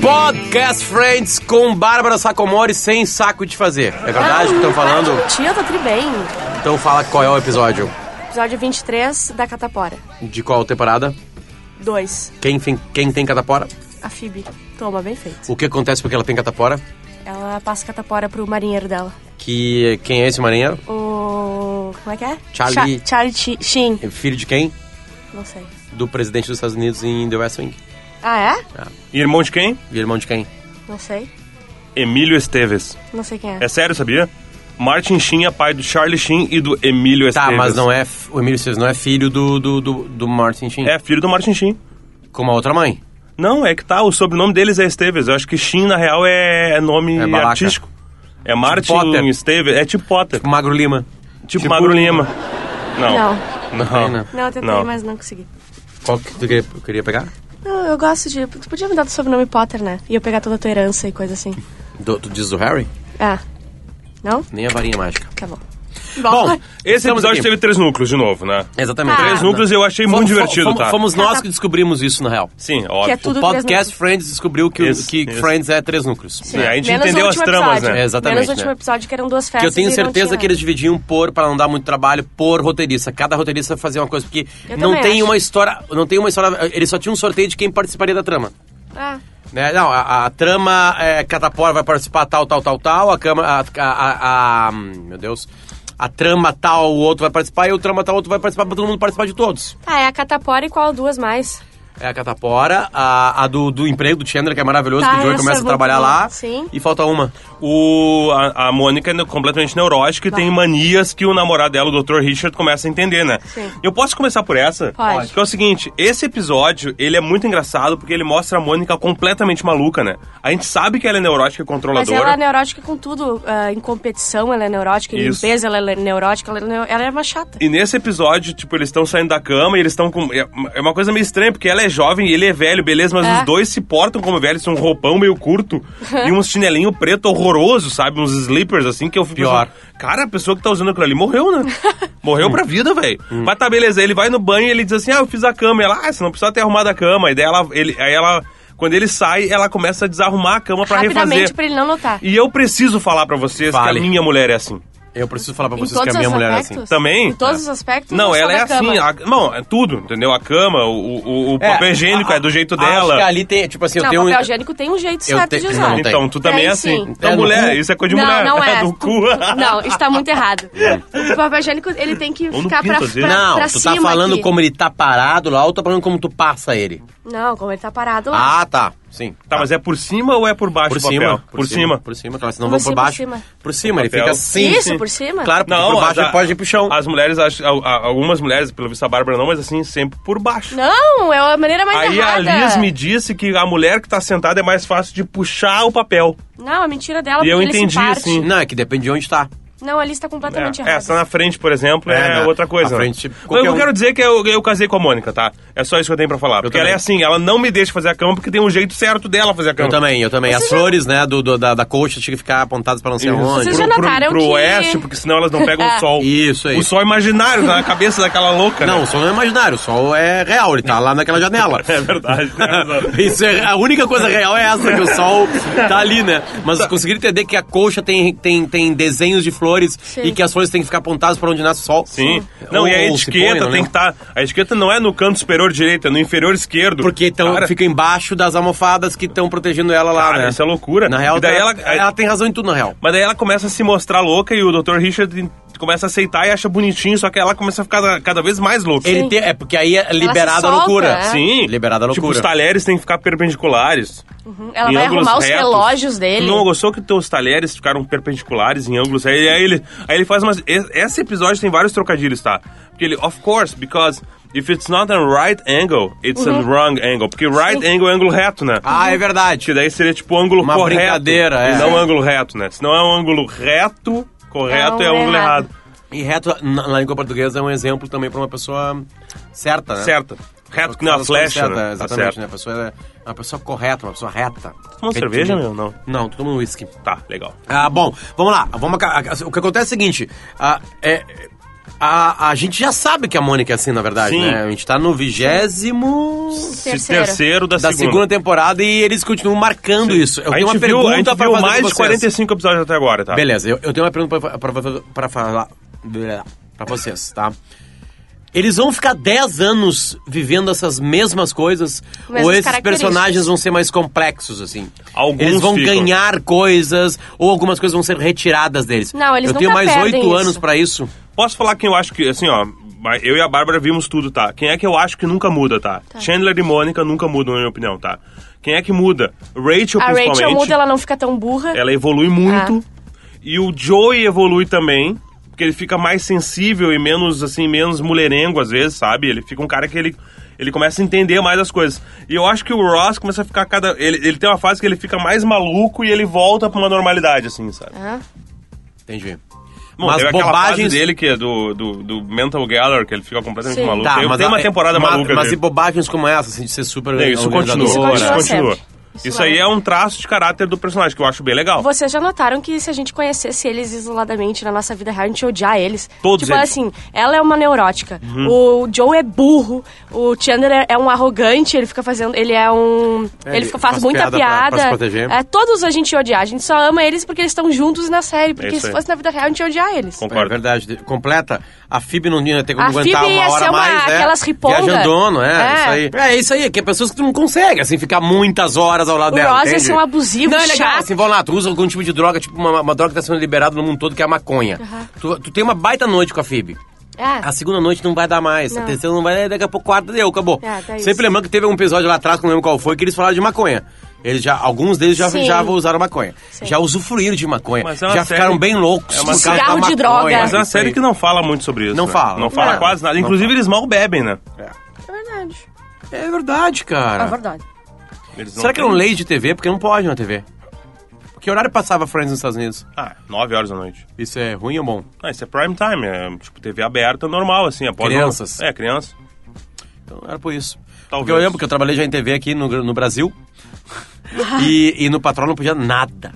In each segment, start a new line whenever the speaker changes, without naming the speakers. Podcast Friends com Bárbara Sacomori sem saco de fazer. É verdade que estão falando?
Tia, tá tudo bem.
Então fala qual é o episódio.
Episódio 23 da Catapora.
De qual temporada?
2.
Quem, tem- quem tem catapora?
A Phoebe. Toma, bem feito.
O que acontece porque ela tem catapora?
Ela passa a catapora pro marinheiro dela.
Que quem é esse marinheiro?
O... Como é que é?
Charlie.
Cha- Charlie Chi- Sheen.
É filho de quem?
Não sei.
Do presidente dos Estados Unidos em The West Wing.
Ah, é?
Irmão de quem?
E irmão de quem?
Não sei.
Emílio Esteves.
Não sei quem é.
É sério, sabia? Martin Sheen é pai do Charlie Sheen e do Emílio
Tá,
Esteves.
mas não é. f- O Emílio Esteves não é filho do, do, do, do Martin Sheen.
É filho do Martin Sheen.
Como a outra mãe.
Não, é que tá, o sobrenome deles é Esteves. Eu acho que Sheen, na real, é, é nome
É balaca.
artístico. É Martin
Potter.
Esteves, é tipo Potter,
O Magro Lima.
tipo, Magro Lima.
Não.
Não.
Não. Não.
Não, eu tentei,
Não.
mas não consegui.
Qual que tu queria, queria pegar?
Não, eu gosto de... Tu podia me dar do sobrenome Potter, né? E eu pegar toda a tua herança e coisa assim.
Do, tu diz do Harry?
Ah. Não?
Nem a varinha mágica.
Tá bom.
Bom,
Esse
estamos
episódio
aqui.
teve três núcleos de novo, né?
Exatamente.
Ah.
Três núcleos eu achei
Fomos-
muito divertido,
fomos-
tá?
Fomos nós que descobrimos isso, na real.
Sim, óbvio.
é tudo-
o
três
podcast
núcleos.
Friends descobriu que, o-
Isso,
que
isso.
Friends é três núcleos.
Sim.
a gente
Menos o
entendeu as
último
tramas,
episódio.
né?
É, exatamente,
Menos o último
né?
episódio, que eram duas festas
Que eu tenho
e não
certeza
tinha.
que eles dividiam por, para não dar muito trabalho, por roteirista. Cada roteirista fazia uma coisa, porque
Eu
não
também
tem
acho.
uma história. Não tem uma história. Eles só tinham um sorteio de quem participaria da trama.
Ah,
Né? Não, a, a trama é, Catapora vai participar tal, tal, tal, tal. A cama. A, a- a- a- meu Deus. A trama tal, o outro vai participar, e o trama tal, o outro vai participar, pra todo mundo participar de todos.
tá, é a catapora e qual duas mais?
É a Catapora, a, a do, do emprego do Chandler, que é maravilhoso,
Tá,
que o Joey
essa é
começa a
muito
trabalhar
boa.
lá.
Sim.
E falta uma.
O, a, a Mônica é ne- completamente neurótica e
Tá.
tem manias que o namorado dela, o Dr. Richard, começa a entender, né?
Sim.
Eu posso começar por essa?
Pode.
Que é o seguinte, esse episódio, ele é muito engraçado porque ele mostra a Mônica completamente maluca, né? A gente sabe que ela é neurótica e
Mas
controladora.
ela é neurótica com tudo. ah, em competição ela é neurótica, em
Isso.
limpeza ela é neurótica, ela é, neu- ela é uma chata.
E nesse episódio, tipo, eles estão saindo da cama e eles estão com. É uma- é uma coisa meio estranha, porque ela é jovem e ele é velho, beleza, mas
É.
os dois se portam como velhos, são um roupão meio curto e uns chinelinho preto horroroso, sabe? Uns slippers assim que eu fico.
Pior.
pensando, Cara, a pessoa que tá usando aquilo ali morreu, né? morreu pra vida, velho.
Hum.
Mas tá, beleza. Ele vai no banho e ele diz assim: ah, eu fiz a cama. E ela, ah, você não precisa ter arrumado a cama. E daí ela. Ele, aí ela. Quando ele sai, ela começa a desarrumar a cama pra
Rapidamente
refazer.
pra ele não notar.
E eu preciso falar pra vocês
Fale.
que a minha mulher é assim.
Eu preciso falar pra
Em
vocês
todos
que a
os
minha mulher é
aspectos?
assim.
Também?
Em todos
É.
os aspectos?
Não,
ou só
ela é
da cama?
assim. A, não, é tudo, entendeu? A cama, o, o, o papel higiênico é do jeito
acho que
dela.
ali tem, tipo assim, eu
Não,
tenho
papel
um...
higiênico tem um jeito
Eu
certo
te-
de usar.
não tem.
Então, tu também é
Tem,
assim.
sim.
Então,
É do
mulher,
cu.
isso é coisa de
não,
mulher.
não é.
do cu. É.
Não, está muito errado. O papel higiênico, ele tem que
Ou no
ficar pra,
pinto, às
pra-
vezes.
Não,
é pra
tu
cima
tá falando
aqui.
como ele tá parado lá ou tá falando como tu passa ele?
Não, como ele tá parado lá.
Ah, tá. Sim.
Tá, mas é por cima ou é por baixo
por
o papel?
cima,
por, cima.
Por cima, claro, senão
Como
vão por baixo.
assim, por cima?
Por cima, ele
Papel.
fica assim.
Isso,
sim.
por cima?
Claro, porque
Não,
por baixo
as-
ele pode ir pro chão.
As mulheres, acham- a- a- algumas mulheres, pelo visto a Bárbara não, mas assim, sempre por baixo.
Não, é a maneira mais
Aí a
errada.
Liz me disse que a mulher que tá sentada é mais fácil de puxar o papel.
Não, é mentira dela,
E eu
porque ele
entendi,
se parte.
assim.
Não, é que depende de onde tá.
Não, ali está
É,
completamente errado.
essa na frente, por exemplo,
É,
é,
na-
outra coisa.
na
né?
frente,
Mas
qualquer
eu
um.
quero dizer que eu, eu casei com a Mônica, tá? É só isso que eu tenho pra falar. porque
também.
ela é assim, ela não me deixa fazer a cama porque tem um jeito certo dela fazer a
Eu
cama.
também, eu também. As flores, né, do, do- da, da coxa tinha que ficar apontadas pra não sei
Isso.
é onde.
Vocês já
Pro, pro,
notaram
pro
que-
oeste, porque senão elas não pegam o sol.
Isso aí.
O sol imaginário na cabeça daquela louca.
Não,
né?
o sol não é imaginário, o sol é real, ele tá lá naquela janela.
É verdade. tem razão.
Isso é, a única coisa real é essa, que o sol tá ali, né? Mas conseguiram entender que a coxa tem, tem, tem desenhos de flores
Sim.
e que as flores têm que ficar apontadas pra onde nasce o sol.
Sim. Não,
Ou-
e a
ou se põe,
etiqueta
não
tem que
lembro.
estar. a etiqueta não é no canto superior direito, é no inferior esquerdo.
Porque então
Cara,
fica embaixo das almofadas que estão protegendo ela lá,
Cara,
né?
isso é loucura.
Na real,
E daí
ela,
ela-
ela tem razão em tudo, na real.
Mas daí ela começa a se mostrar louca e o Dr. Richard começa a aceitar e acha bonitinho, só que ela começa a ficar cada- cada vez mais louca.
Ele tem- é porque aí é liberada
se
a
solta,
loucura.
é.
Sim.
Liberada a
Tipo,
loucura.
os talheres têm que ficar perpendiculares.
Ela
em
vai
ângulos
arrumar os
retos.
relógios dele.
Tu não gostou que teus talheres ficaram perpendiculares em ângulos? Aí, aí ele, aí ele faz umas... e- Esse episódio tem vários trocadilhos, tá? Porque ele, of course, because if it's not a right angle, it's a
Uhum.
wrong angle. Porque right angle é ângulo reto, né?
Ah, é verdade.
Que daí seria tipo ângulo
Uma
correto.
brincadeira, é.
E não ângulo reto, né? Se não é um ângulo reto, correto, é,
É um
um ângulo
errado.
errado.
E reto, na na língua portuguesa, é um exemplo também pra uma pessoa certa, né?
Certo. Reto que nem
Fala
uma
as coisas
flecha,
certas,
né? Tá
Exatamente,
certo.
né? A pessoa é uma pessoa correta, uma pessoa reta.
Tomou
Que-
cerveja,
que-
meu? Não.
Não, tô tomando uísque.
Tá, legal.
Ah, bom, vamos lá. Vamos, aca- o que acontece é o seguinte. ah, é, A, a gente já sabe que a Mônica é assim, na verdade,
Sim.
né? A gente tá no vigésimo
Terceiro.
terceiro da,
da segunda temporada e eles continuam marcando isso. Eu
a
tenho
gente
uma
viu, a gente
pergunta pra
viu
fazer
mais
com
de
vocês.
45 episódios até agora, tá?
Beleza, eu, eu tenho uma pergunta pra, pra, pra- pra falar pra vocês, tá? Eles vão ficar 10 anos vivendo essas mesmas coisas
Mesmas
ou esses
características.
personagens vão ser mais complexos, assim?
Alguns
Eles vão
ficam.
ganhar coisas ou algumas coisas vão ser retiradas deles.
Não, eles
Eu tenho
nunca
mais
perdem
8
isso.
anos pra isso.
Posso falar quem eu acho que, assim, ó. Eu e a Bárbara vimos tudo, tá? Quem é que eu acho que nunca muda, tá? Chandler e Mônica nunca mudam, na minha opinião, tá? Quem é que muda? Rachel,
A
principalmente.
Rachel muda, ela não fica tão burra.
Ela evolui muito. E o Joey evolui também. Porque ele fica mais sensível e menos, assim, menos mulherengo às vezes, sabe? Ele fica um cara que ele. Ele começa a entender mais as coisas. E eu acho que o Ross começa a ficar cada. Ele, ele tem uma fase que ele fica mais maluco e ele volta pra uma normalidade, assim, sabe?
Ah,
Entendi.
Bom,
Mas
teve aquela
bobagens...
fase dele que é do, do, do Mental Gallery, que ele fica completamente
Sim.
maluco.
Tá,
Tem-
mas
tem
a-
uma temporada
mas,
maluca
Mas e
dele.
bobagens como essa, assim, de ser super
Não, isso
organizadora?
continua, isso
Isso
continua. Isso,
continua sempre. Isso lá-
aí é um traço de caráter do personagem, que eu acho bem legal.
Vocês já notaram que se a gente conhecesse eles isoladamente na nossa vida real, a gente ia odiar eles.
Todos
tipo
eles.
assim, ela é uma neurótica, o Joe é burro, o Chandler é- é um arrogante, ele fica fazendo, ele é um,
É,
ele,
ele
fica- faz,
faz
muita
piada pra-
piada.
pra se proteger.
É, todos a gente ia odiar, a gente só ama eles porque eles estão juntos na série, porque
isso
se
aí.
fosse na vida real a gente ia odiar eles.
Concordo.
É verdade, completa. A FIB não ia ter como
A
aguentar
Phoebe ia
uma hora
ser uma-
mais, né?
aquelas riponga.
Viajandona,
É.
é, isso aí. É isso aí, que é pessoas que tu não consegue, assim, ficar muitas horas ao lado
O
dela,
Ross ia
entende?
ser um abusivo,
Não, é legal,
chato.
assim, vamos lá, tu usa algum tipo de droga, tipo uma, uma droga que tá sendo liberada no mundo todo, que é a maconha. Tu, tu tem uma baita noite com a FIB.
É.
A segunda noite não vai dar mais,
Não.
a terceira não vai, daí daqui a pouco a quarta deu, acabou.
É, tá isso.
Sempre lembrando que teve um episódio lá atrás, que eu não lembro qual foi, que eles falaram de maconha. Eles já, alguns deles já,
Sim.
já usaram maconha.
Sim.
Já usufruíram de maconha.
Mas é uma
já ficaram
série-
bem loucos.
é uma
por causa
Cigarro
da
de
maconha.
droga.
Mas é uma
Isso aí.
série que não fala muito sobre isso.
Não
né?
fala.
Não fala
Não.
quase nada.
Não
Inclusive, eles mal bebem, né?
É verdade.
É verdade, cara.
É verdade.
Eles não
Será que
têm-
era um lei de TV? Porque não pode na TV. Que horário passava Friends nos Estados Unidos?
Ah, 9 horas da noite.
Isso é ruim ou bom?
Ah, isso é prime time, é tipo TV aberta normal, assim. Após
Crianças.
É, criança.
Então era por isso.
Talvez.
Porque eu lembro que eu trabalhei já em TV aqui no, no Brasil. e, e no patrão não podia nada.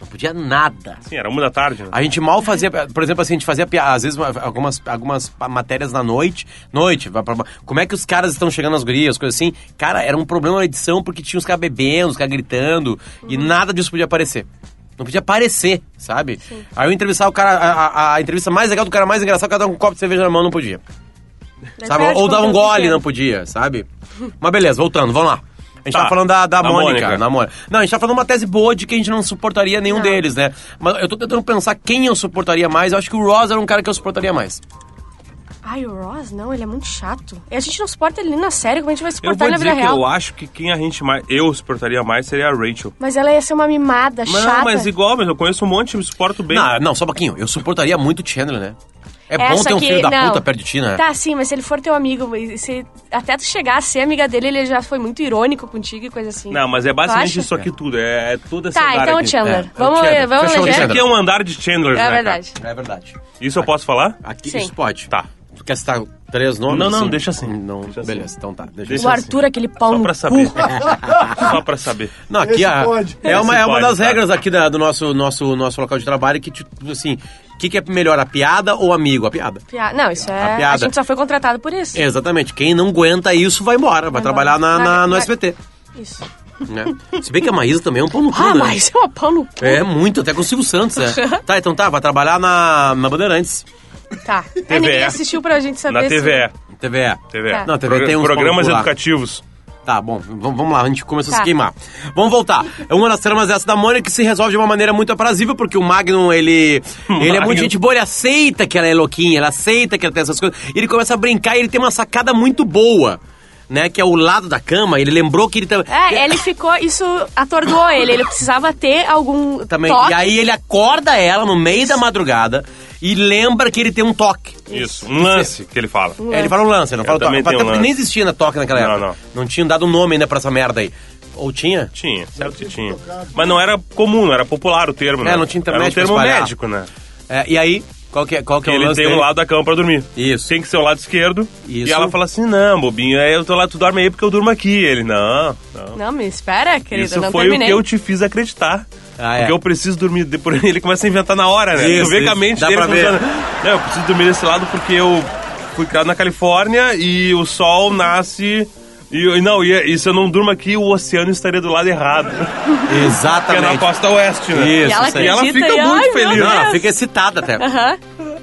Não podia nada.
Sim, era uma da tarde, né?
A gente mal fazia, por exemplo, assim, a gente fazia, pia- às vezes, uma- algumas, algumas pa- matérias na noite, noite, pra- pra- como é que os caras estão chegando às gurias, coisas assim. Cara, era um problema na edição porque tinha os caras bebendo, os caras gritando, e nada disso podia aparecer. Não podia aparecer, sabe? Aí eu entrevistava o cara, a, a- a entrevista mais legal do cara mais engraçado, o cara dava um copo de cerveja na mão, não podia.
Daí
Sabe?
perde
Ou dava um
conteúdo
gole,
inteiro.
não podia, sabe? Mas beleza, voltando, vamos lá. A gente
Tá.
tá, falando da, da
Da
Mônica.
Mônica.
da Mônica. Não, a gente tá falando uma tese boa de que a gente não suportaria nenhum
Não.
deles, né? Mas eu tô tentando pensar quem eu suportaria mais. Eu acho que o Ross era um cara que eu suportaria mais.
Ai, o Ross, não, ele é muito chato. E a gente não suporta ele nem na série, como a gente vai
Eu
suportar
vou
ele na vida
dizer que
real?
eu acho que quem a gente mais. Eu suportaria mais seria a Rachel.
Mas ela ia ser uma mimada,
Não,
chata.
é
mas igual, mas eu conheço um monte, me suporto bem.
Não, não, só um pouquinho. Eu suportaria muito o Chandler, né? É bom
Essa
ter um
que-
filho da
não.
puta perto de ti, né?
Tá, sim, mas se ele for teu amigo, e se até tu chegar a ser amiga dele, ele já foi muito irônico contigo e coisa assim.
Não, mas é basicamente
Tu acha?
isso aqui tudo. É, é toda essa
Tá,
cara
então o
aqui.
Chandler.
É, é o
vamos
Chandler.
vamos
Fechou o
eleger?
Chandler.
Aqui é um andar de Chandler, né?
É
cara?
verdade.
É verdade.
Isso eu posso falar?
Aqui,
Sim.
Isso pode.
Tá.
Tu quer citar três nomes?
Não, não,
assim?
deixa assim.
Não,
Deixa assim.
beleza, então tá. Deixa,
Deixa
O
assim.
Arthur, aquele pau
Só
no
pra
cu.
saber. Só pra saber.
Não, aqui
Esse
a,
pode.
é uma,
Esse
é uma
pode,
das
tá.
regras aqui da- do nosso, nosso, nosso local de trabalho que, tipo, assim, o que, que é melhor, a piada ou amigo? A piada.
Pia- Não, isso é...
A
A,
piada.
gente só foi contratado por isso.
Exatamente. Quem não aguenta isso vai embora, vai
Vai
trabalhar
embora.
na, na-
Vai-
no
vai-
SBT.
Isso.
Né? Se bem que a Maísa também é um pão no cu,
Ah,
né?
mas é uma pau no cu.
É muito, até com o Silvio Santos, é. tá, então tá, vai trabalhar na, na Bandeirantes,
Tá. É,
TVE.
ninguém assistiu pra gente saber
Na
se-
TVE.
TVE.
TVE.
Tá.
Não, TVE tem uns
Programas
pau no cu lá.
educativos.
Tá, bom, v- vamos lá, a gente começou a
Tá.
se queimar. Vamos voltar. Uma das tramas dessa da Mônica que se resolve de uma maneira muito aprazível, porque o Magnum, ele, ele é
Magnum.
muito gente boa, ele aceita que ela é louquinha, ele aceita que ela tem essas coisas. E ele começa a brincar e ele tem uma sacada muito boa, né? Que é o lado da cama, ele lembrou que ele também.
É, ele ficou... Isso atordoou ele. Ele precisava ter algum
também.
toque.
E aí ele acorda ela no meio da madrugada e lembra que ele tem um toque.
Isso. Um lance que ele fala.
É, ele fala um lance, não fala toque.
também
Até
tenho
porque
um lance.
nem existia na toque naquela
Não,
época.
não.
tinham dado um nome ainda pra essa merda aí. Ou tinha?
Tinha, certo que tinha. Mas não era comum, não era popular o termo, né?
É, não tinha internet
Era um
pra
termo
espalhar.
médico, né?
É, e aí Qual que é, qual que é o
ele
lance
tem um
dele?
lado da cama pra dormir.
Isso.
Tem que ser o lado esquerdo.
Isso.
E ela fala assim: não, bobinho, é, eu tô lá, tu dorme aí porque eu durmo aqui. Ele, não, não.
Não, me espera, querida,
Isso
não
foi
terminei.
o que eu te fiz acreditar.
Ah, é.
Porque eu preciso dormir. Depois ele começa a inventar na hora, né?
Isso,
tu vê que a
isso.
mente
Dá
dele
pra ver.
funciona. Não, eu preciso dormir desse lado porque eu fui criado na Califórnia e o sol nasce. E, e não, e, e se eu não durmo aqui, o oceano estaria do lado errado. Que é na
Exatamente.
costa oeste, né?
Isso,
E ela
isso aí.
E ela
acredita
fica
e, ai,
muito
meu
feliz.
Não, ela
Deus.
fica excitada até.
Aham.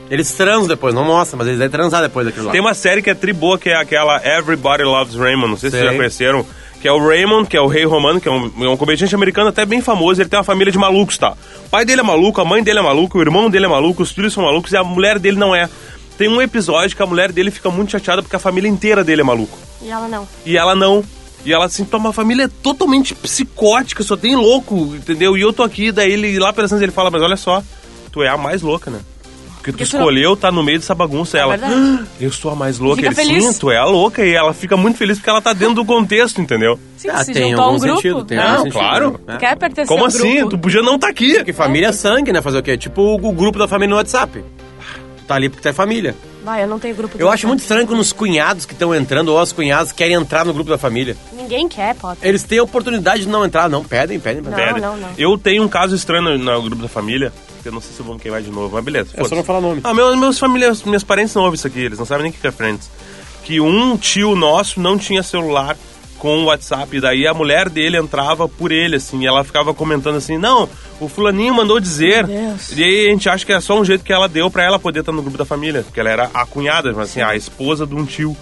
Eles transam depois, não mostra, mas eles devem transar depois daquilo lá.
Tem uma série que é tri boa, que é aquela Everybody Loves Raymond, não sei se
Sei.
vocês já conheceram. Que é o Raymond, que é o rei romano, que é um, é um comediante americano até bem famoso. Ele tem uma família de malucos, tá? O pai dele é maluco, a mãe dele é maluca, o irmão dele é maluco, os filhos são malucos e a mulher dele não é. Tem um episódio que a mulher dele fica muito chateada porque a família inteira dele é maluco.
E ela não.
E ela não. E ela assim, toma, a família é totalmente psicótica, só tem louco, entendeu? E eu tô aqui, daí ele lá pelas tantas ele fala, mas olha só, tu é a mais louca, né? Porque tu
Porque tu não- É
escolheu tá no meio dessa bagunça. ela,
verdade.
"Ah, eu sou a mais louca.
Fica
Ele,
feliz.
sim, tu é a louca. E ela fica muito feliz porque ela tá dentro do contexto, entendeu?
Sim,
Ah,
se
tem
juntou a
algum
um grupo.
sentido, tem algum
não,
sentido.
claro.
né?
quer pertencer
Como
ao
assim?
é grupo.
Tu podia não tá aqui.
Porque família é sangue, né? Fazer o quê? Tipo o, o grupo da família no WhatsApp. Tu tá ali porque tu é família.
assim?
Vai, eu não tenho grupo. do
Eu acho
WhatsApp.
muito estranho quando os cunhados que estão entrando ou as cunhadas querem entrar no grupo da família.
Ninguém quer, Potter.
Eles têm a oportunidade de não entrar. Não, pedem, pedem. pedem.
Não,
Pera,
não, não.
Eu tenho um caso estranho no, no grupo da família. que Eu não sei se eu vou me queimar de novo, mas beleza.
É só não falar nome.
Ah, meus, meus familiares, meus parentes não ouvem isso aqui, eles não sabem nem o que é friends. Que um tio nosso não tinha celular com WhatsApp, e daí a mulher dele entrava por ele, assim, e ela ficava comentando assim, não, o fulaninho mandou dizer.
Meu Deus.
E aí a gente acha que é só um jeito que ela deu pra ela poder estar no grupo da família, porque ela era a cunhada, mas assim, a esposa de um tio.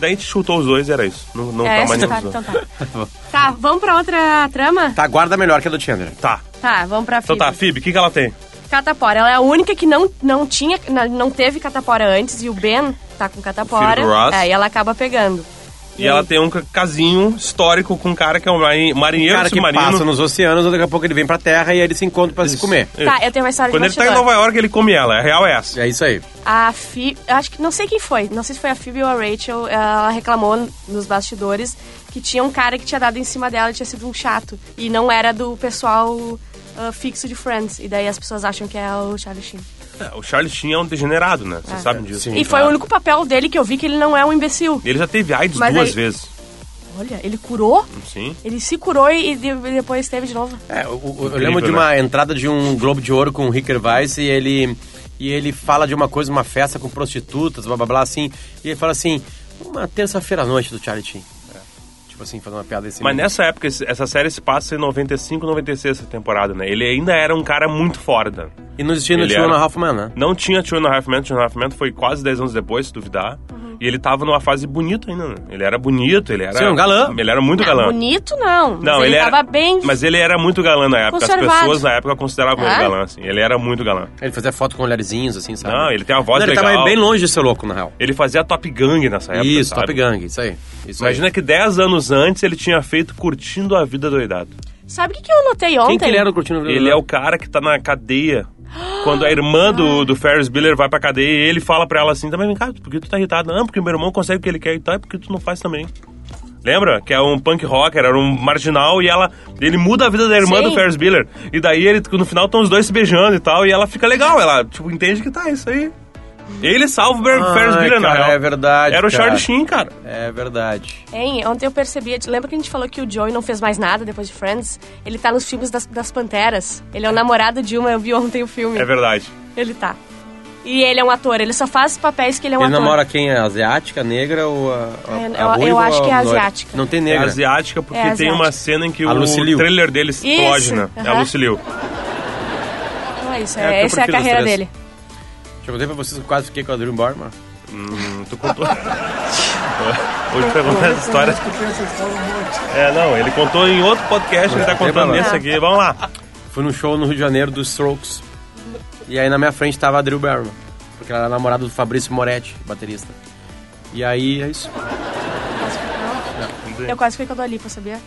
Daí a gente chutou os dois e era isso. Não, não
é,
tá mais
essa
nenhum.
parte,
dos
então
dois.
tá. tá, vamos pra outra trama?
Tá, guarda melhor que a do Chandler.
Tá.
Tá, vamos pra
Então
Phoebe.
tá, Fib, o que, que ela tem?
Catapora. Ela é a única que não, não tinha, na- não teve catapora antes e o Ben tá com catapora.
O filho do Ross.
É, e ela acaba pegando.
E ela tem um ca- casinho histórico com um cara que é um mari- marinheiro
cara que
submarino.
passa nos oceanos, daqui a pouco ele vem pra terra e aí eles se encontram pra se comer.
Tá, eu tenho uma história
É. Quando
de
ele tá em
bastidor.
Nova York, ele come ela. A real é essa.
É isso aí.
A Phoebe, acho que não sei quem foi, não sei se foi a Phoebe ou a Rachel, ela reclamou nos bastidores que tinha um cara que tinha dado em cima dela e tinha sido um chato. E não era do pessoal ah, fixo de Friends. E daí as pessoas acham que é o Charlie Sheen.
É, O Charlie Sheen é um degenerado, né? Vocês
É.
sabem disso.
Sim.
E foi o único papel dele que eu vi que ele não é um imbecil.
Ele já teve AIDS
Mas
duas
aí-
vezes.
Olha, ele curou,
Sim.
ele se curou e, e depois teve de novo.
É, eu, eu- eu
Incrível,
lembro de
né?
uma entrada de um Globo de Ouro com o Ricker Weiss e ele, e ele fala de uma coisa, uma festa com prostitutas, blá blá blá, assim. E ele fala assim: uma terça-feira à noite do Charlie Chin. Tipo assim, fazer uma piada assim.
É. Mas nessa época, esse- essa série se passa em 95, 96, essa temporada, né? Ele ainda era um cara muito fora, né?
E não existia no
Ele
Tio
era-
na Hoffman, né?
Não tinha Two and a Half Men, Two and a Half Men foi quase 10 anos depois, se duvidar.
Uhum.
E ele tava numa fase bonita ainda, né? Ele era bonito, ele era...
Sim, um galã.
Ele era muito galã.
Bonito não, mas
Não,
ele,
ele, era,
tava bem.
Mas ele era muito galã na época. As
Conservado.
pessoas na época consideravam ele
Ah.
galã, assim. Ele era muito galã.
Ele fazia foto com olharzinhos, assim, sabe?
Não, ele tem uma voz
Não, ele
legal.
tava bem longe de ser louco, na real.
Ele fazia Top Gang nessa época,
isso,
sabe?
Top Gang, isso aí. Isso
Imagina
aí.
que 10 anos antes ele tinha feito Curtindo a Vida Doidado.
Sabe o que, que eu notei ontem?
Quem que ele era o Curtindo o
Uhum.
Ele é o cara que tá na cadeia. Quando a irmã
Ah.
do, do Ferris Bueller vai pra cadeia e ele fala pra ela assim, também vem cá, por que tu tá irritado? Não, porque meu irmão consegue o que ele quer e tal, é porque tu não faz também. Lembra? Que é um punk rocker, era um marginal e ela. Ele muda a vida da irmã
Sim.
do Ferris Bueller. E daí ele, no final, estão os dois se beijando e tal, e ela fica legal, ela, tipo, entende que tá, isso aí. Ele salva o Ber-
Ai,
Ferris Bueller, na
cara,
real.
é verdade,
Era o
cara.
Charlie Sheen, cara.
É verdade.
Hein, ontem eu percebi, lembra que a gente falou que o Joey não fez mais nada depois de Friends? Ele tá nos filmes das, das Panteras. Ele é o namorado de uma, eu vi ontem o filme.
É verdade.
Ele tá. E ele é um ator, ele só faz papéis que ele é um
ele
ator.
namora quem? A asiática, a negra ou a. a-
É,
a
eu- eu
ruiva ou
acho que é a
loira?
asiática.
Não tem
É
negra.
asiática porque
É
tem
asiática.
uma cena em que
A
o
Lucy Liu.
trailer dele explode,
Isso,
né? É a
aham.
Lucy Liu.
Não é isso,
É, porque
é,
eu
essa é
prefiro os
a carreira
três.
dele.
Deixa eu contar pra vocês que eu quase fiquei com a Drew Barman.
Hum, Tu contou. Hoje foi contar essa história. É, não, ele contou em outro podcast, ele tá
Tem
contando
problema.
nesse aqui. Vamos lá.
Fui num show no Rio de Janeiro dos Strokes. E aí na minha frente tava a Drew Barman. Porque ela era namorada do Fabrício Moretti, baterista. E aí é isso.
Eu quase fui com a Dua Lipa, sabia?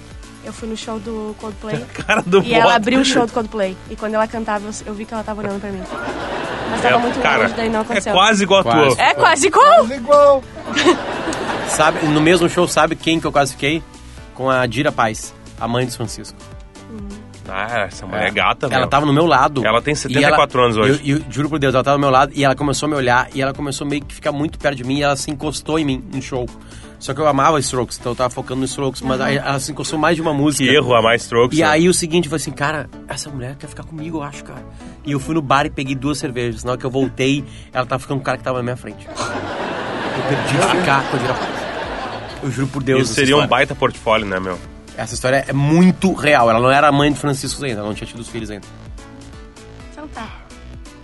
Eu fui no show do Coldplay
Cara do
e ela
Bob.
abriu o show do Coldplay. E quando ela cantava, eu, eu vi que ela tava olhando pra mim. Mas tava
É,
muito
cara,
longe, daí não
é
aconteceu.
quase igual a
Quase.
tua.
É quase igual!
Igual.
Sabe, no mesmo show, sabe quem que eu quase fiquei? Com a Dira Paz, a mãe de Francisco.
Ah, essa mulher é gata,
Ela
meu.
tava no meu lado.
Ela tem
E
74 anos hoje.
Eu, eu juro por Deus, ela tava no meu lado e ela começou a me olhar e ela começou meio que ficar muito perto de mim e ela se encostou em mim no show. Só que eu amava Strokes, então eu tava focando no Strokes, mas aí ela se encostou mais de uma música.
Que erro a mais strokes.
E
né?
aí o seguinte, eu falei assim, cara, essa mulher quer ficar comigo, eu acho, cara. E eu fui no bar e peguei duas cervejas. Na hora que eu voltei, ela tava ficando com o cara que tava na minha frente. Eu perdi de ficar com a girafa. Eu juro por Deus.
Isso
essa
seria um
história.
baita portfólio, né, meu?
Essa história é muito real. Ela não era a mãe do Francisco ainda, ela não tinha tido os filhos ainda.
Então tá.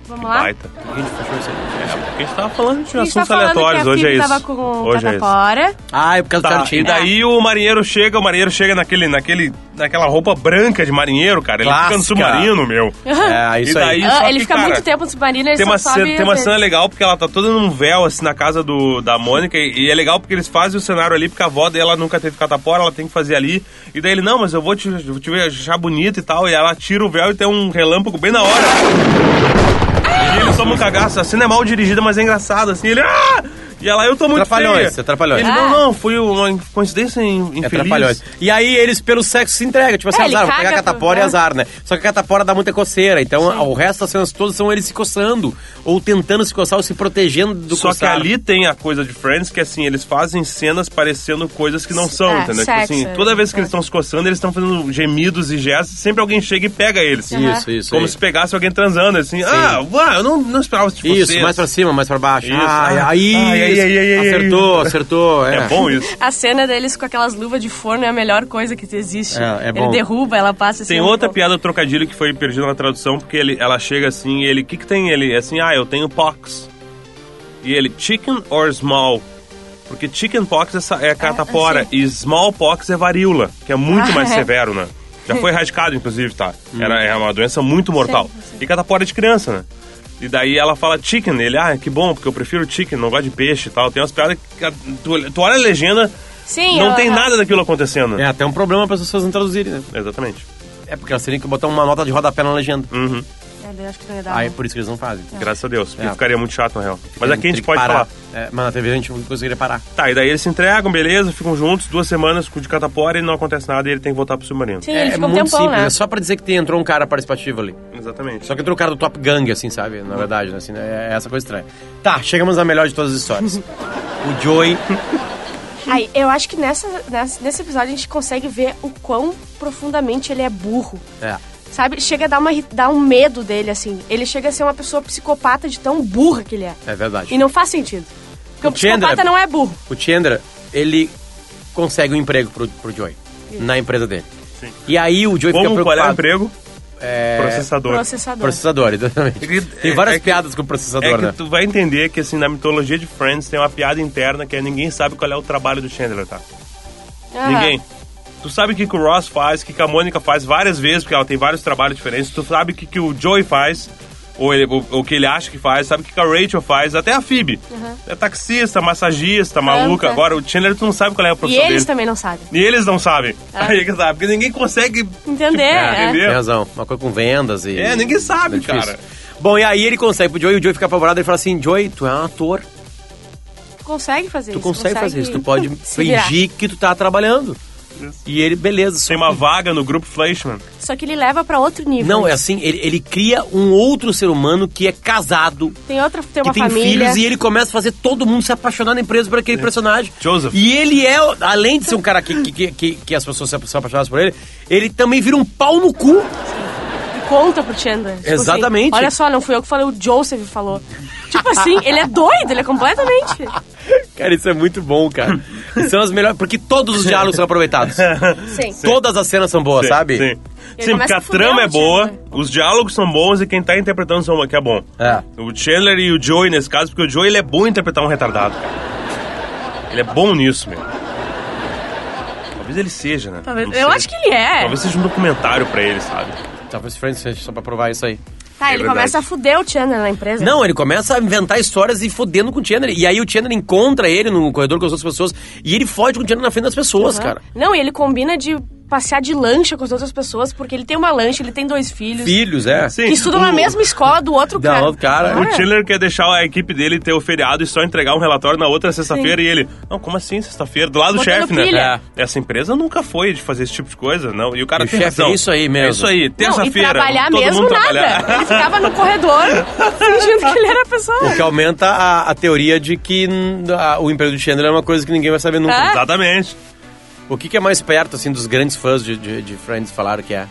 Vamos lá?
Baita.
Então, A gente fechou isso aí.
É, porque a gente tava
A
falando de
gente tá
assuntos
falando
aleatórios,
que a
hoje é
Phoebe
isso.
tava com
hoje é isso.
catapora.
Ah, é por causa do
Tá,
Tarantino.
e daí o marinheiro chega, o marinheiro chega naquele, naquele, naquela roupa branca de marinheiro, cara. Ele fica no
Clássica.
submarino, meu.
É, isso
E daí-
aí.
Só
Ah,
que,
ele fica
cara,
muito tempo no submarino, ele
Tem
só
uma,
sobe...
cena, tem uma
às
cena
vezes.
legal porque ela tá toda num véu, assim, na casa do, da Mônica. E, e é legal porque eles fazem o cenário ali, porque a avó dela nunca teve catapora, ela tem que fazer ali. E daí ele, não, mas eu vou te, eu vou te ver achar bonito e tal. E ela tira o véu e tem um relâmpago bem na hora. E ele toma um cagaço. A cena é mal dirigida, mas é engraçado, assim. Ele, ah! E ela, eu tô muito
Atrapalhões,
feia.
atrapalhões.
Ele,
Ah.
não, não, foi uma coincidência in- infeliz.
É atrapalhões. E aí eles, pelo sexo, se entregam. Tipo assim,
É, ele
azar, vou pegar a
caga
catapora
pro-
e
é.
azar, né? Só que a catapora dá muita coceira. Então a- o resto das cenas todas são eles se coçando. Ou tentando se coçar, ou se protegendo do
Só que
coçar.
ali tem a coisa de Friends que, assim, eles fazem cenas parecendo coisas que não são,
É,
entendeu?
sexo,
tipo assim,
é.
toda vez que eles estão se coçando, eles estão fazendo gemidos e gestos, sempre alguém chega e pega eles.
Isso, isso.
Como
aí.
se pegasse alguém transando, assim, ah, uau, eu não, não esperava isso de
Isso,
vocês.
mais pra cima, mais pra baixo.
Isso.
Ai,
Ah,
aí,
ai, ai, ai, ai, ai.
acertou, acertou. É,
É bom isso.
A cena deles com aquelas luvas de forno é a melhor coisa que existe.
É, é bom.
Ele derruba, ela passa assim...
Tem
um
outra
pouco.
piada do trocadilho que foi perdida na tradução, porque ele, ela chega assim e ele, o que que tem ele? Assim, ah, eu tenho pox. E ele, chicken or small? Porque chicken pox é, sa- é catapora
assim.
e small pox é varíola, que é muito
Ah,
mais
é.
severo, né? Já foi erradicado, inclusive, tá? Era, é uma doença muito mortal.
sim.
E catapora é de criança, né? E daí ela fala chicken, ele, ah, que bom, porque eu prefiro chicken, não gosto de peixe e tal. Tem umas piadas que tu, tu olha a legenda,
Sim,
não
ela- tá-
tem
ela-
nada daquilo acontecendo.
É até um problema para as pessoas não traduzirem, né?
Exatamente.
É porque elas teriam que botar uma nota de rodapé na legenda.
Uhum.
É, daí acho que não ia dar.
Aí por isso que eles não fazem.
Ah. Graças a Deus, porque
É.
ficaria muito chato, na real. Mas aqui a
Tem
gente
que
pode
parar.
falar.
É, mas na TV a gente não conseguiria parar.
Tá, e daí eles se entregam, beleza, ficam juntos, duas semanas com o de catapora e não acontece nada e ele tem que voltar pro submarino.
Sim,
É,
ele
é
fica um
muito
tempão,
simples,
né?
é só pra dizer que tem, entrou um cara participativo ali.
Exatamente.
Só que entrou o cara do Top Gang, assim, sabe? Na verdade, né? Assim, né? É essa coisa estranha. Tá, chegamos à melhor de todas as histórias. o Joey.
Aí, eu acho que nessa, nessa- nesse episódio a gente consegue ver o quão profundamente ele é burro.
É.
Sabe? Chega a dar, uma, irri- dar um medo dele, assim. Ele chega a ser uma pessoa psicopata de tão burra que ele é.
É verdade.
E não faz sentido. Porque um
O Chandler-
psicopata não é burro.
O Chandra, ele consegue um emprego pro, pro Joey. Na empresa dele.
Sim.
E aí o Joey
Como
fica
qual é o
preocupado. É,
emprego? Processador.
Processador.
Processador, exatamente.
É que-
Tem várias
é que-
piadas com o
É
processador,
que
né?
tu vai entender que, assim, na mitologia de Friends tem uma piada interna que é ninguém sabe qual é o trabalho do Chandler, tá?
Aham.
Ninguém. Tu sabe o que, que o Ross faz, o que, que a Mônica faz várias vezes, porque ela tem vários trabalhos diferentes. Tu sabe o que, que o Joey faz, ou, ele, ou- ou o que ele acha que faz, sabe o que, que a Rachel faz, até a Phoebe. É taxista, massagista, maluca.
Canta.
Agora, o Chandler, tu não sabe qual é a
E
profissão
eles
dele.
também não sabem.
E eles não sabem. Aí que tá, porque ninguém consegue. tipo,
Entender, é.
Tem
entendeu?
razão. Uma coisa com vendas e.
É, ninguém sabe,
É difícil.
cara.
Bom, e aí ele consegue pro Joey, o Joey fica apavorado e fala assim: Joey, tu é um ator,
Tu consegue fazer
tu
isso.
consegue fazer isso, tu pode
se virar.
fingir que tu tá trabalhando. E ele, beleza, só
Tem uma vaga no grupo Flashman.
Só que ele leva pra outro nível.
Não, é assim, ele, ele cria um outro ser humano que é casado,
Tem outra, tem
que
uma
tem
família.
filhos, e ele começa a fazer todo mundo se apaixonar na empresa por aquele personagem.
É. Joseph.
E ele é, além de ser um cara que, que, que, que- que as pessoas se são apaixonadas por ele, ele também vira um pau no cu.
E conta pro Chandler. Tipo assim,
Exatamente.
Olha só, não fui eu que falei, o Joseph falou. tipo assim, ele é doido, ele é completamente.
Cara, isso é muito bom, cara. E são as melhores, porque todos os diálogos são aproveitados.
Sim.
Todas as cenas são boas,
Sim,
sabe?
Sim.
Ele
Sim,
começa
porque a
a fuder
trama
o
é boa,
Chandler.
os diálogos são bons e quem tá interpretando são que é bom.
É.
O Chandler e o Joey nesse caso, porque o Joey ele é bom em interpretar um retardado, cara. Ele é bom nisso, meu. Talvez ele seja, né?
Talvez-
Não
eu
sei.
acho que ele é.
Talvez seja um documentário pra ele, sabe?
Talvez Friends seja só pra provar isso aí.
Tá,
É
ele
verdade.
começa a fuder o Chandler na empresa.
Não, ele começa a inventar histórias e fodendo com o Chandler. E aí o Chandler encontra ele no corredor com as outras pessoas e ele fode com o Chandler na frente das pessoas,
Aham.
cara.
Não, e ele combina de passear de lancha com as outras pessoas, porque ele tem uma lancha, ele tem dois filhos,
Filhos, é.
Sim.
que estudam na
o-
mesma escola do outro
Da
cara. é?
outro cara.
Cara,
O
O Tiller quer deixar a equipe dele ter o feriado e só entregar um relatório na outra sexta-feira e ele. Não, como assim sexta-feira? Do lado do
Botando
chefe, né?
pilha.
É. Essa empresa nunca foi de fazer esse tipo de coisa, não. E o cara
E o
tem
chefe,
razão.
é isso aí mesmo.
É isso aí,
Não, e
terça-feira.
trabalhar
todo
mesmo
mundo
nada.
trabalhar.
Ele ficava no corredor fingindo que ele era a pessoa.
que aumenta a, a teoria de que hum, a- o emprego do Chandler é uma coisa que ninguém vai saber nunca.
Ah.
Exatamente.
O que, que é mais perto, assim, dos grandes fãs de, de, de Friends falaram que é?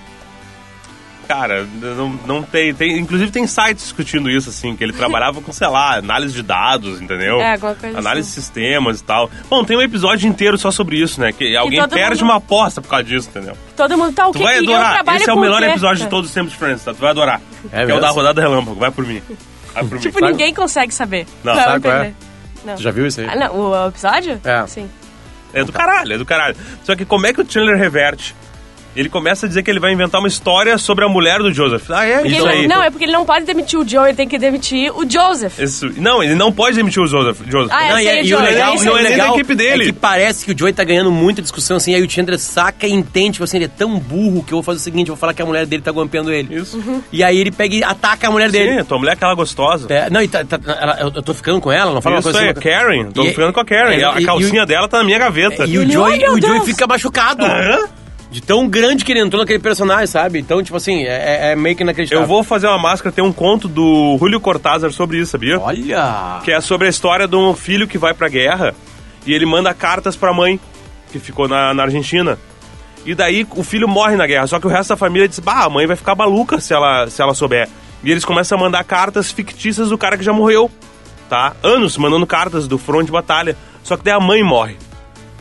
Cara, não, não tem, tem. Inclusive tem sites discutindo isso, assim, que ele trabalhava com, sei lá, análise de dados, entendeu?
É, alguma coisa
Análise de sistemas e tal. Bom, tem um episódio inteiro só sobre isso, né? Que alguém
todo
perde
mundo-
uma aposta por causa disso, entendeu?
Todo mundo tá o
Tu
que
vai
que eu
adorar.
trabalho
Esse é o
com
melhor
quê?
episódio de todos os tempos de Friends, tá? Tu vai adorar. que é o
mesmo?
da rodada relâmpago. Vai por mim. Vai por
Tipo,
mim.
ninguém consegue saber.
Não,
Vai
sabe qual é?
entender. Não.
Tu já viu isso aí?
Ah, não, o, o episódio?
É.
Sim.
É do caralho, é do caralho. Só que como é que o Chandler reverte? Ele começa a dizer que ele vai inventar uma história sobre a mulher do Joseph. Ah, é
Porque
isso
ele-
aí.
Não, é porque ele não pode demitir o Joe, ele tem que demitir o Joseph.
Então, Isso- não, ele não pode demitir o Joseph. Joseph.
Ah, é,
Não,
e,
sei,
e
Joey,
o legal,
é isso
e o
aí.
Ele é da
legal
equipe dele.
é que parece que o Joey tá ganhando muita discussão, assim, aí o Chandler saca e entende, tipo assim, ele é tão burro que eu vou fazer o seguinte, eu vou falar que a mulher dele tá golpeando ele. Uhum.
Isso.
E aí ele pega e ataca a mulher dele.
Sim, tua mulher é aquela gostosa.
É, não, e tá- tá- ela- eu, eu tô ficando com ela, não fala uma
Isso
coisa
é,
assim, uma coisa-
Karen. Tô
E-
ficando com a Karen.
é,
a
e-
calcinha
e o-
dela tá na minha gaveta.
E o
Ele,
Joey,
"Ai, meu
o Joey
Deus!"
fica machucado.
Aham.
De tão grande que ele entrou naquele personagem, sabe? Então, tipo assim, é, é- é meio que inacreditável.
Eu vou fazer uma máscara, tem um conto do Julio Cortázar sobre isso, sabia?
Olha!
que é sobre a história de um filho que vai pra guerra e ele manda cartas pra mãe, que ficou na, na Argentina. E daí o filho morre na guerra, só que o resto da família diz: Bah, a mãe vai ficar maluca se ela, se ela souber. E eles começam a mandar cartas fictícias do cara que já morreu, tá? Anos mandando cartas do front de batalha. Só que daí a mãe morre.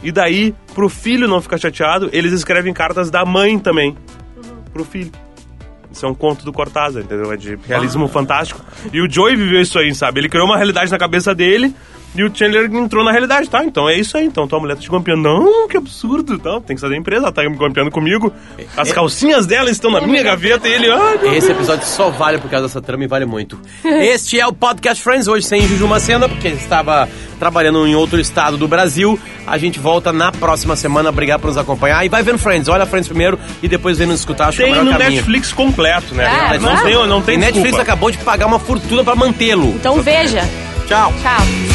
E daí, pro filho não ficar chateado, eles escrevem cartas da mãe também. Pro filho. Isso é um conto do Cortázar, entendeu? É de
Ah.
realismo fantástico. E o Joey viveu isso aí, sabe? Ele criou uma realidade na cabeça dele e o Chandler entrou na realidade, tá? Então é isso aí. Então tua mulher tá te campeando. Não, que absurdo. Não, tem que sair da empresa. Ela tá me campeando comigo. As calcinhas dela estão na minha gaveta e ele... Ah, meu
É, Esse episódio só vale por causa dessa trama e vale muito. Este é o Podcast Friends, hoje sem Juju Macena, porque estava trabalhando em outro estado do Brasil. A gente volta na próxima semana. Obrigado por nos acompanhar. E vai vendo Friends, olha Friends primeiro e depois vem nos escutar. Acho
tem
que é o
no
melhor caminho.
Netflix completo, né?
Ah,
não,
claro.
tem, não
E
tem
Netflix
desculpa.
acabou de pagar uma fortuna pra mantê-lo.
Então veja.
Tchau.
Tchau.